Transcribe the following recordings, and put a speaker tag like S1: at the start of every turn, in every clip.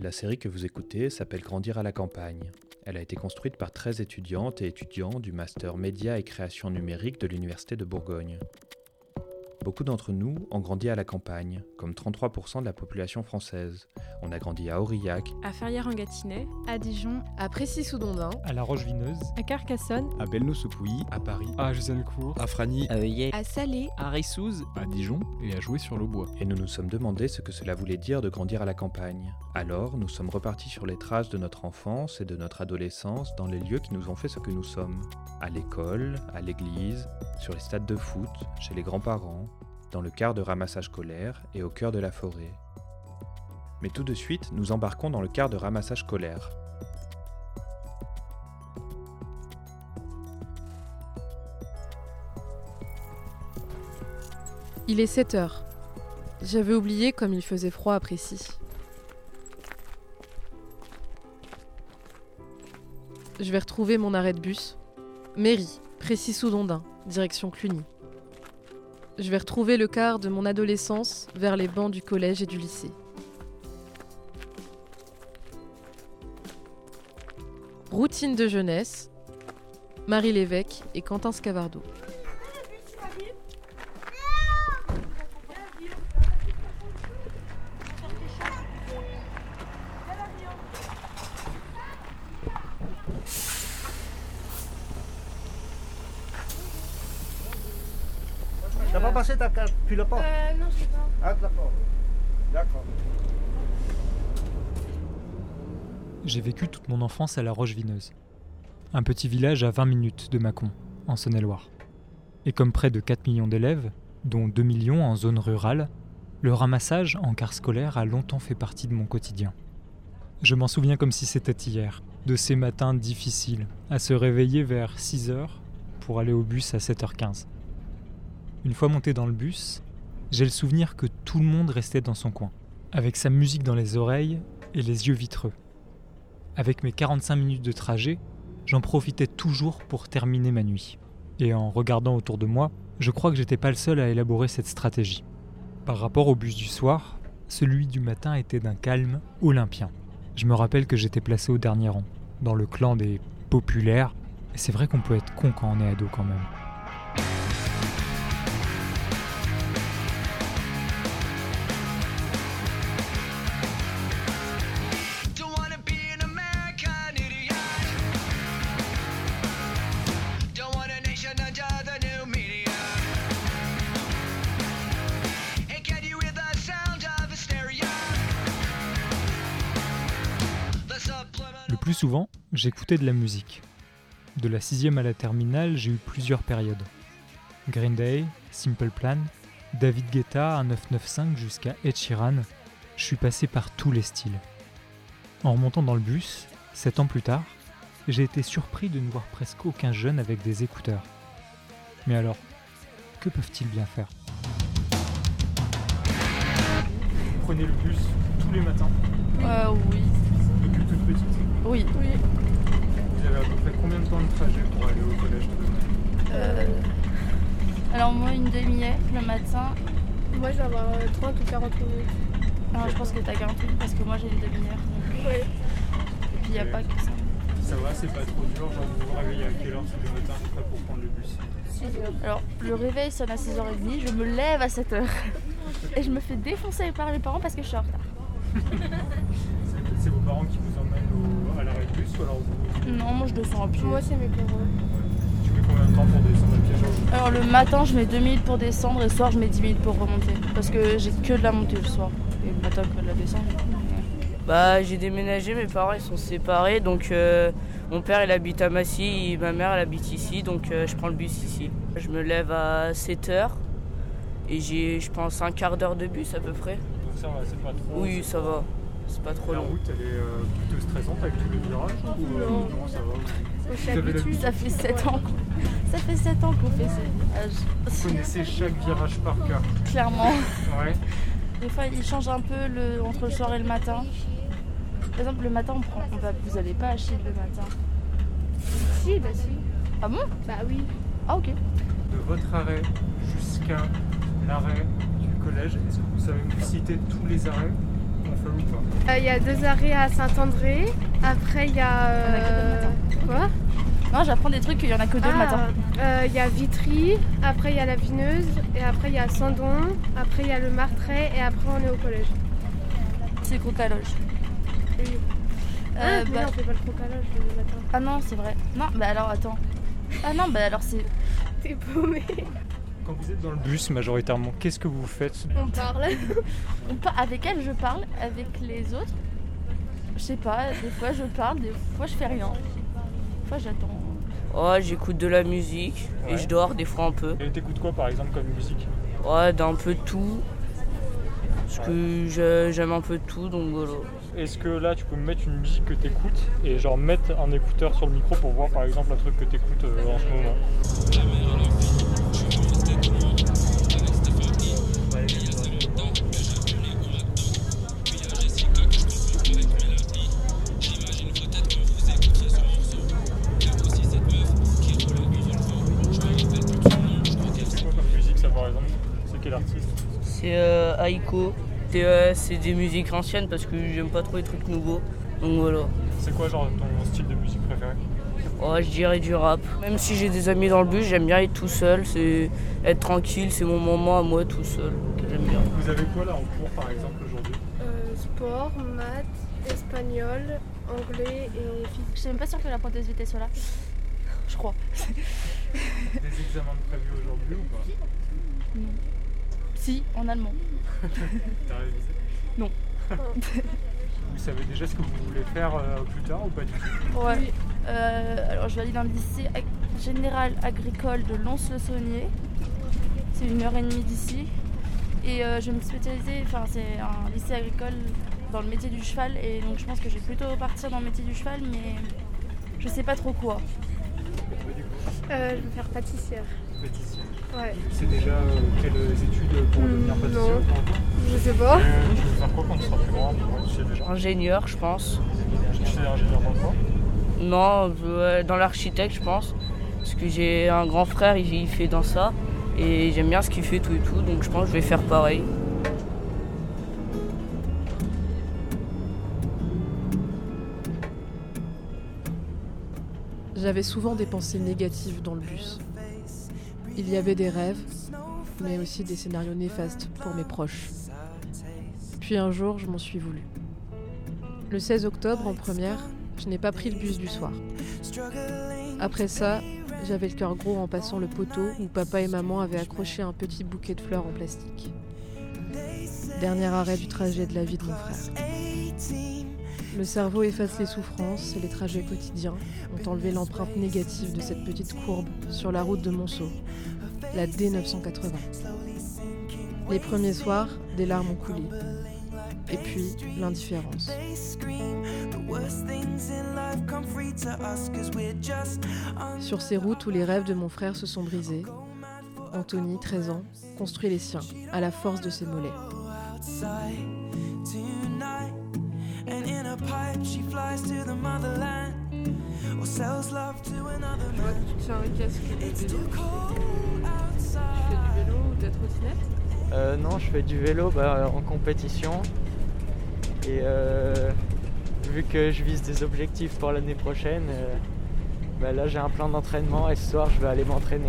S1: La série que vous écoutez s'appelle Grandir à la campagne. Elle a été construite par 13 étudiantes et étudiants du master Média et création numérique de l'Université de Bourgogne. Beaucoup d'entre nous ont grandi à la campagne, comme 33% de la population française. On a grandi à Aurillac,
S2: à Ferrières-en-Gâtinais,
S3: à Dijon,
S4: à Précy-Sous-Dondin,
S5: à La Roche-Vineuse,
S6: à Carcassonne,
S7: à Belleau-sous-Pouilly,
S1: à Paris,
S5: à Jusancourt,
S8: à Fragny,
S9: à Euillet,
S10: à Salé,
S11: à Rissouze,
S12: à Dijon et à jouer sur le bois.
S1: Et nous nous sommes demandé ce que cela voulait dire de grandir à la campagne. Alors, nous sommes repartis sur les traces de notre enfance et de notre adolescence dans les lieux qui nous ont fait ce que nous sommes. À l'école, à l'église, sur les stades de foot, chez les grands-parents, dans le quart de ramassage scolaire et au cœur de la forêt. Mais tout de suite, nous embarquons dans le quart de ramassage scolaire.
S4: Il est 7 heures. J'avais oublié comme il faisait froid à Précy. Je vais retrouver mon arrêt de bus. Mairie, Précy-sous-Dondin, direction Cluny je vais retrouver le quart de mon adolescence vers les bancs du collège et du lycée. Routine de jeunesse, Marie Lévesque et Quentin Scavardo.
S13: T'as pas passé ta carte Tu l'as pas
S14: Euh, non, je l'ai pas. Ah,
S13: d'accord. D'accord.
S5: J'ai vécu toute mon enfance à La Roche-Vineuse, un petit village à 20 minutes de Mâcon, en Saône-et-Loire. Et comme près de 4 millions d'élèves, dont 2 millions en zone rurale, le ramassage en quart scolaire a longtemps fait partie de mon quotidien. Je m'en souviens comme si c'était hier, de ces matins difficiles, à se réveiller vers 6h pour aller au bus à 7h15. Une fois monté dans le bus, j'ai le souvenir que tout le monde restait dans son coin, avec sa musique dans les oreilles et les yeux vitreux. Avec mes 45 minutes de trajet, j'en profitais toujours pour terminer ma nuit. Et en regardant autour de moi, je crois que j'étais pas le seul à élaborer cette stratégie. Par rapport au bus du soir, celui du matin était d'un calme olympien. Je me rappelle que j'étais placé au dernier rang, dans le clan des populaires, et c'est vrai qu'on peut être con quand on est ado quand même. plus souvent, j'écoutais de la musique. De la sixième à la terminale, j'ai eu plusieurs périodes. Green Day, Simple Plan, David Guetta, 1995 jusqu'à Ed Sheeran, je suis passé par tous les styles. En remontant dans le bus, sept ans plus tard, j'ai été surpris de ne voir presque aucun jeune avec des écouteurs. Mais alors, que peuvent-ils bien faire Vous prenez le bus tous les matins
S4: euh, oui.
S5: Depuis toute petite
S4: oui.
S5: oui. Vous avez à peu près combien de temps de trajet pour aller au collège
S14: de euh... Alors moi une demi-heure le matin.
S15: Moi je vais avoir 30 ou 40 minutes.
S14: Non je pense que t'as 40 minutes parce que moi j'ai une demi-heure.
S15: Oui. Et
S14: puis il n'y a pas que ça.
S5: Ça va, c'est pas trop dur, genre vous vous réveillez à quelle heure tous les matins après pour prendre le bus
S14: alors, le réveil sonne à 6h30, je me lève à 7h. Et je me fais défoncer par les parents parce que je suis en retard.
S5: c'est vos parents qui vous emmènent au, à l'arrêt de bus ou alors vous...
S14: Non, moi je descends à pied.
S15: Moi c'est mes parents.
S5: Tu mets combien de temps pour descendre à pied genre
S14: Alors le matin je mets 2 minutes pour descendre et le soir je mets 10 minutes pour remonter. Parce que j'ai que de la montée le soir. Et le matin que de la descente.
S16: Bah j'ai déménagé, mes parents ils sont séparés donc euh, mon père il habite à Massy, et ma mère elle habite ici donc euh, je prends le bus ici. Je me lève à 7h et j'ai je pense un quart d'heure de bus à peu près.
S5: Donc ça va, c'est pas trop.
S16: Oui ça va c'est pas trop
S5: La
S16: long.
S5: route, elle est euh, plutôt stressante avec tous les virages ou euh, non. ça va
S14: vous avez ça fait 7 ans ça fait 7 ans qu'on fait ce
S5: virage. Vous connaissez chaque virage par cœur
S14: Clairement.
S5: Ouais.
S14: Des fois, ils changent un peu le, entre le soir et le matin. Par exemple, le matin, on prend, on va, vous allez pas à Chine le matin.
S15: Si, bah si.
S14: Ah bon
S15: Bah oui. Euh,
S14: Ah ok.
S5: De votre arrêt jusqu'à l'arrêt du collège, est-ce que vous savez vous citer tous les arrêts
S13: qu'on fait ou pas
S15: Euh, Il y a deux arrêts à Saint-André. Après, il y a. euh, Quoi
S14: Non, j'apprends des trucs qu'il y en a que deux le
S15: Ah,
S14: matin.
S15: euh, Il y a Vitry. Après, il y a la Vineuse. Et après, il y a Sandon. Après, il y a le Martrais. Et après, on est au collège.
S14: C'est Crocaloge.
S15: Oui.
S14: Euh,
S15: ah, mais
S14: bah-
S15: non, on fait pas le croqualage le matin.
S14: ah non, c'est vrai. Non, bah alors attends. Ah non, bah alors c'est.
S15: T'es paumé.
S5: Quand vous êtes dans le bus majoritairement, qu'est-ce que vous faites
S15: On parle.
S14: on par- Avec elle, je parle. Avec les autres, je sais pas. Des fois, je parle. Des fois, je fais rien. Des fois, j'attends.
S16: Oh, j'écoute de la musique et
S5: Ouais.
S16: je dors des fois un peu.
S5: Et t'écoutes quoi par exemple comme musique
S16: Ouais, d'un peu tout. Parce que je- j'aime un peu tout, donc voilà.
S5: Est-ce que là tu peux mettre une musique que t'écoutes et genre mettre un écouteur sur le micro pour voir par exemple un truc que t'écoutes euh, en ce moment C'est quoi comme musique ça par exemple C'est quel artiste
S16: C'est euh, Aiko. C'est euh, c'est des musiques anciennes parce que j'aime pas trop les trucs nouveaux. Donc voilà.
S5: C'est quoi genre ton style de musique préféré
S16: Oh, je dirais du rap. Même si j'ai des amis dans le bus, j'aime bien être tout seul. C'est être tranquille, c'est mon moment à moi tout seul. J'aime bien.
S5: Vous avez quoi là en cours par exemple aujourd'hui
S15: Euh, sport, maths, espagnol, anglais et physique.
S14: Je sais même pas sûr que la pointeuse vitesse soit là. Je crois.
S5: Des examens de prévus aujourd'hui ou pas
S14: Si, en allemand.
S5: T'as révisé
S14: Non.
S5: vous savez déjà ce que vous voulez faire euh, plus tard ou pas du tout
S14: Ouais. Euh, alors je vais aller dans le lycée ag- général agricole de Lons-le-Saunier. C'est une heure et demie d'ici. Et euh, je vais me spécialiser, enfin c'est un lycée agricole dans le métier du cheval et donc je pense que je vais plutôt partir dans le métier du cheval mais je sais pas trop quoi.
S15: Euh, je vais me faire pâtissière.
S5: Pâtissier.
S15: Ouais.
S5: Tu sais déjà euh, quelles études pour
S15: Hmm,
S5: devenir pâtissier ou
S15: non.
S5: pas encore
S15: Je sais pas.
S5: Et, euh, Tu veux faire quoi quand tu seras plus grand Tu sais déjà
S16: Ingénieur, je pense.
S5: Tu sais ingénieur dans quoi
S16: Non, euh, ouais, dans l'architecte, je pense. Parce que j'ai un grand frère, il, il fait dans ça. Et j'aime bien ce qu'il fait tout et tout, donc je pense que je vais faire pareil.
S4: J'avais souvent des pensées négatives dans le bus. Il y avait des rêves, mais aussi des scénarios néfastes pour mes proches. Puis un jour, je m'en suis voulu. Le 16 octobre, en première, je n'ai pas pris le bus du soir. Après ça, j'avais le cœur gros en passant le poteau où papa et maman avaient accroché un petit bouquet de fleurs en plastique. Dernier arrêt du trajet de la vie de mon frère. Le cerveau efface les souffrances et les trajets quotidiens ont enlevé l'empreinte négative de cette petite courbe sur la route de Monceau, la D980. Les premiers soirs, des larmes ont coulé. Et puis, l'indifférence. Sur ces routes où les rêves de mon frère se sont brisés, Anthony, 13 ans, construit les siens, à la force de ses mollets.
S2: Moi, tu tiens un casque de vélo. Tu fais du vélo ou de la trottinette
S3: Euh, non, je fais du vélo bah, en compétition. Et euh, vu que je vise des objectifs pour l'année prochaine, euh, bah, là j'ai un plan d'entraînement et ce soir je vais aller m'entraîner.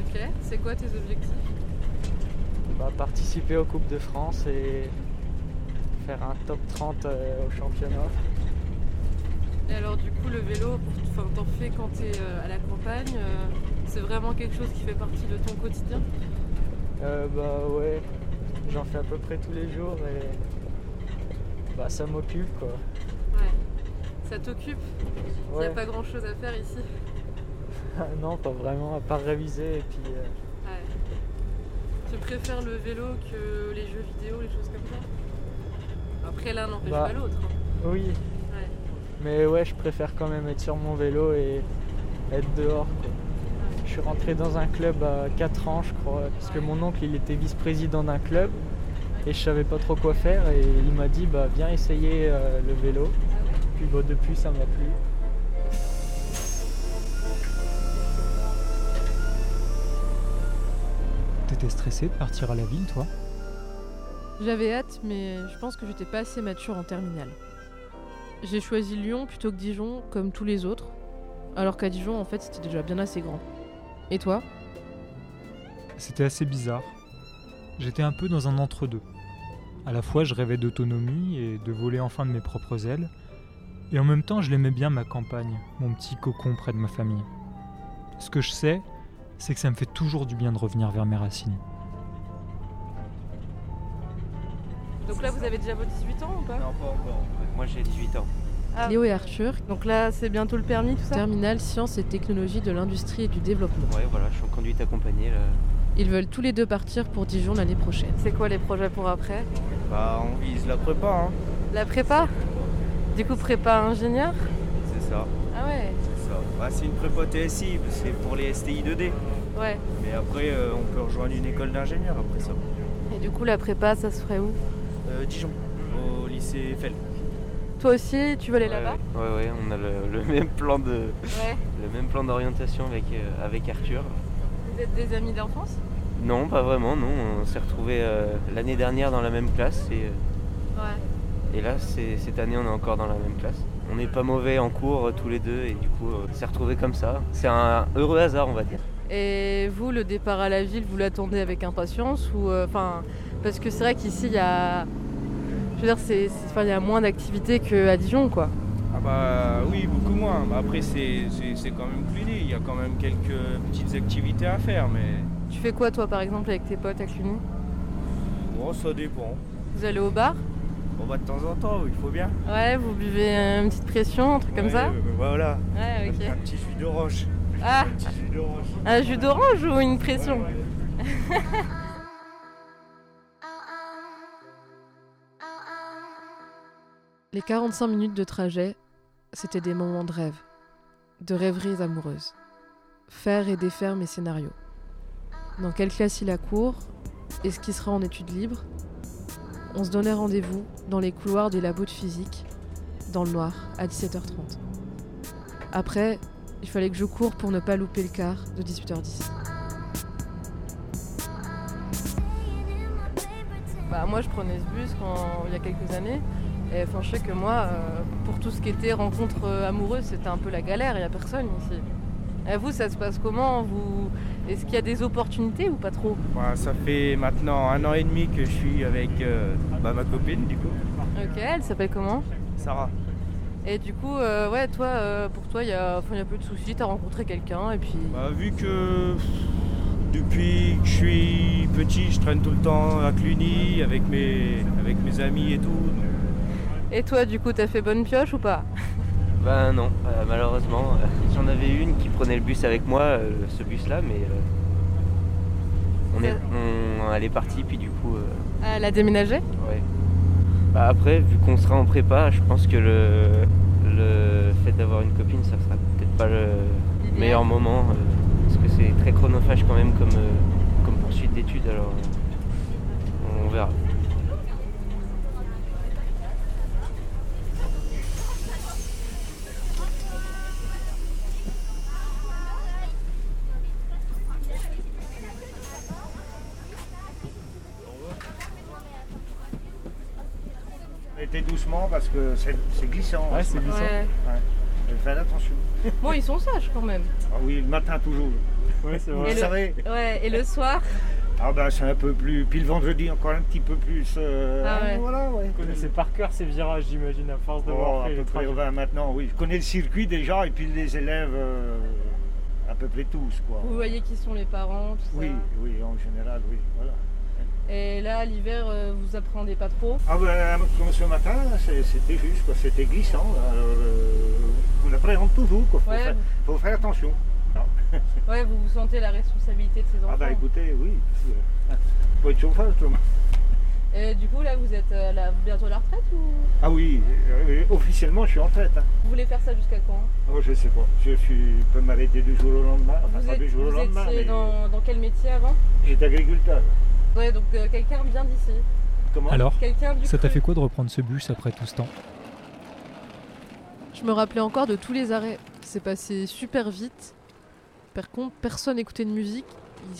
S2: Ok. C'est quoi tes objectifs
S3: Bah, participer aux Coupes de France et faire un top 30 euh, au championnat.
S2: Et alors, du coup, le vélo, pour- enfin, t'en fais quand t'es euh, à la campagne. euh, c'est vraiment quelque chose qui fait partie de ton quotidien.
S3: Euh, bah ouais, j'en fais à peu près tous les jours et bah, ça m'occupe quoi.
S2: Ouais. Ça t'occupe. Il n'y
S3: Ouais.
S2: a pas grand chose à faire ici.
S3: non, pas vraiment, à part réviser et puis. euh,
S2: Ouais. Tu préfères le vélo que les jeux vidéo, les choses comme ça Après, l'un n'empêche
S3: Bah.
S2: pas l'autre. hein.
S3: Oui.
S2: Ouais.
S3: Mais ouais, je préfère quand même être sur mon vélo et être dehors. quoi. Je suis rentré dans un club à 4 ans, je crois, parce que mon oncle, il était vice-président d'un club et je savais pas trop quoi faire et il m'a dit bah viens essayer euh, le vélo. Puis bah, depuis ça m'a plu.
S5: T'étais stressé de partir à la ville toi
S4: J'avais hâte, mais je pense que j'étais pas assez mature en terminale. J'ai choisi Lyon plutôt que Dijon, comme tous les autres, alors qu'à Dijon, en fait, c'était déjà bien assez grand. Et toi
S5: C'était assez bizarre. J'étais un peu dans un entre-deux. À la fois, je rêvais d'autonomie et de voler enfin de mes propres ailes, et en même temps, je l'aimais bien ma campagne, mon petit cocon près de ma famille. Ce que je sais, c'est que ça me fait toujours du bien de revenir vers mes racines.
S2: Donc là, vous avez déjà vos 18 ans ou pas
S6: Non, pas encore. Moi, j'ai 18 ans.
S2: Ah.
S4: Léo et Arthur,
S2: Donc là, c'est bientôt le permis, tout ça
S4: terminale sciences et technologies de l'industrie et du développement.
S6: Ouais, voilà, je suis en conduite accompagnée là.
S4: Ils veulent tous les deux partir pour Dijon l'année prochaine.
S2: C'est quoi les projets pour après
S6: Bah, on vise la prépa, hein.
S2: La prépa Du coup, prépa ingénieur
S6: C'est ça,
S2: Ah ouais,
S6: c'est ça. Bah, c'est une prépa TSI, c'est pour les STI 2D.
S2: ouais.
S6: Mais après, euh, on peut rejoindre une école d'ingénieur après ça.
S2: Et du coup, la prépa, ça se ferait où
S6: Euh, Dijon, au lycée Fell.
S2: Toi aussi, tu veux aller là-bas
S6: Ouais, ouais, ouais, on a le, le même plan de,
S2: Ouais.
S6: le même plan d'orientation avec, euh, avec Arthur.
S2: Vous êtes des amis d'enfance
S6: Non, pas vraiment, non. On s'est retrouvés euh, l'année dernière dans la même classe et, euh,
S2: Ouais.
S6: et là, c'est- cette année, on est encore dans la même classe. On n'est pas mauvais en cours euh, tous les deux et du coup, euh, on s'est retrouvés comme ça. C'est un heureux hasard, on va dire.
S2: Et vous, le départ à la ville, vous l'attendez avec impatience ou euh, enfin parce que c'est vrai qu'ici il y a je veux dire c'est c'est- enfin, il y a moins d'activités qu'à Dijon quoi.
S7: Ah bah oui, beaucoup moins. Bah après, c'est c'est- c'est quand même Cluny. Il y a quand même quelques petites activités à faire, mais
S2: Tu fais quoi toi par exemple avec tes potes à Cluny
S7: bon, ça dépend.
S2: Vous allez au bar
S6: On va de temps en temps, il faut bien. euh,
S2: Ouais, vous buvez euh, une petite pression, un truc comme ça
S6: voilà.
S2: Ouais, ok.
S6: petit jus d'orange.
S2: Ah,
S6: Jus d'orange.
S2: un jus d'orange ou une pression
S4: Les 45 minutes de trajet, c'était des moments de rêve, de rêveries amoureuses. Faire et défaire mes scénarios. Dans quelle classe il a cours Est-ce qu'il sera en études libres On se donnait rendez-vous dans les couloirs des labos de physique, dans le noir, à 17h30. Après, il fallait que je cours pour ne pas louper le quart de 18h10.
S2: Bah, moi, je prenais ce bus quand, il y a quelques années. Et enfin, je sais que moi, euh, pour tout ce qui était rencontre euh, amoureuse, c'était un peu la galère. Il n'y a personne ici. Et vous, ça se passe comment vous... Est-ce qu'il y a des opportunités ou pas trop
S7: Bah, ça fait maintenant un an et demi que je suis avec euh, bah, ma copine, du coup,
S2: Ok, elle s'appelle comment
S7: Sarah.
S2: Et du coup, euh, ouais, toi, euh, pour toi, il y, a... enfin, il y a peu de soucis. T'as rencontré quelqu'un et puis.
S7: Bah, vu que depuis que je suis petit, je traîne tout le temps à Cluny avec mes, avec mes amis et tout. donc-
S2: Et toi, du coup, t'as fait bonne pioche ou pas
S6: Bah non, euh, malheureusement. euh, J'en avais une qui prenait le bus avec moi, euh, ce bus-là, mais euh, on est, on, elle est partie, puis du coup, euh,
S2: Ah, Elle a déménagé
S6: ouais. Bah après, vu qu'on sera en prépa, je pense que le, le fait d'avoir une copine, ça sera peut-être pas le meilleur moment, euh, parce que c'est très chronophage quand même comme, euh, comme poursuite d'études, alors euh, on verra.
S13: Mettez doucement parce que c'est c'est glissant. hein,
S2: Ouais, c'est glissant. Ouais.
S13: Ouais. Faites attention.
S2: Bon, ils sont sages quand même.
S13: Ah oui, le matin toujours. Oui, c'est Vous
S2: et,
S13: le savez.
S2: le... Ouais, et le soir
S13: Ah bah c'est un peu plus. Puis le vendredi encore un petit peu plus. euh,
S2: Ah ouais.
S13: Voilà, ouais.
S3: Vous connaissez par cœur ces virages, j'imagine, à force
S13: Bon,
S3: d'avoir
S13: à
S3: fait
S13: peu
S3: les
S13: près
S3: trajets.
S13: 20 maintenant, oui. Je connais le circuit déjà et puis les élèves euh, à peu près tous, quoi.
S2: Vous voyez qui sont les parents, tout ça.
S13: Oui, oui, en général, oui. Voilà.
S2: Et là, l'hiver, euh, vous appréhendez pas trop
S13: Ah ben, comme ce matin, là, c'est- c'était juste, quoi. C'était glissant. là. Alors, euh, on appréhende toujours, quoi. Faut,
S2: Ouais.
S13: faire, faut faire attention. Non.
S2: Ouais, vous vous sentez la responsabilité de ces enfants.
S13: Ah bah écoutez, oui. Faut être chauffeur, tout le monde.
S2: Et du coup, là, vous êtes euh, là, bientôt à la retraite ou
S13: Ah oui, euh, officiellement, je suis en traite. hein.
S2: vous voulez faire ça jusqu'à quand
S13: Oh, je sais pas. Je suis, je peux m'arrêter du jour au lendemain. Enfin,
S2: Vous,
S13: pas
S2: êtes-
S13: Ah, du jour au
S2: vous
S13: lendemain,
S2: étiez
S13: mais
S2: dans, dans quel métier avant
S13: j'étais agriculteur.
S2: Ouais, donc euh, quelqu'un vient d'ici.
S13: Comment
S5: Alors,
S2: Quelqu'un du
S5: ça t'a
S2: cru.
S5: fait quoi de reprendre ce bus après tout ce temps
S4: Je me rappelais encore de tous les arrêts. C'est passé super vite. Par contre, personne n'écoutait de musique.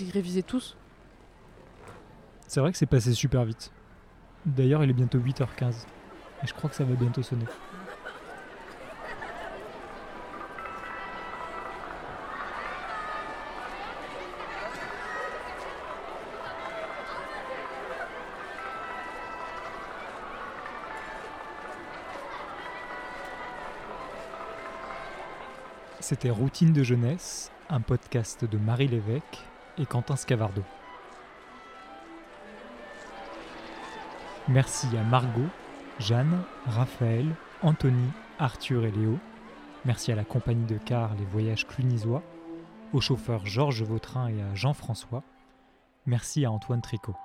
S4: Ils y révisaient tous.
S5: C'est vrai que c'est passé super vite. D'ailleurs, il est bientôt 8h15. Et je crois que ça va bientôt sonner. C'était Routine de jeunesse, un podcast de Marie Lévesque et Quentin Scavardo. Merci à Margot, Jeanne, Raphaël, Anthony, Arthur et Léo. Merci à la compagnie de car Les Voyages Clunisois, au chauffeur Georges Vautrin et à Jean-François. Merci à Antoine Tricot.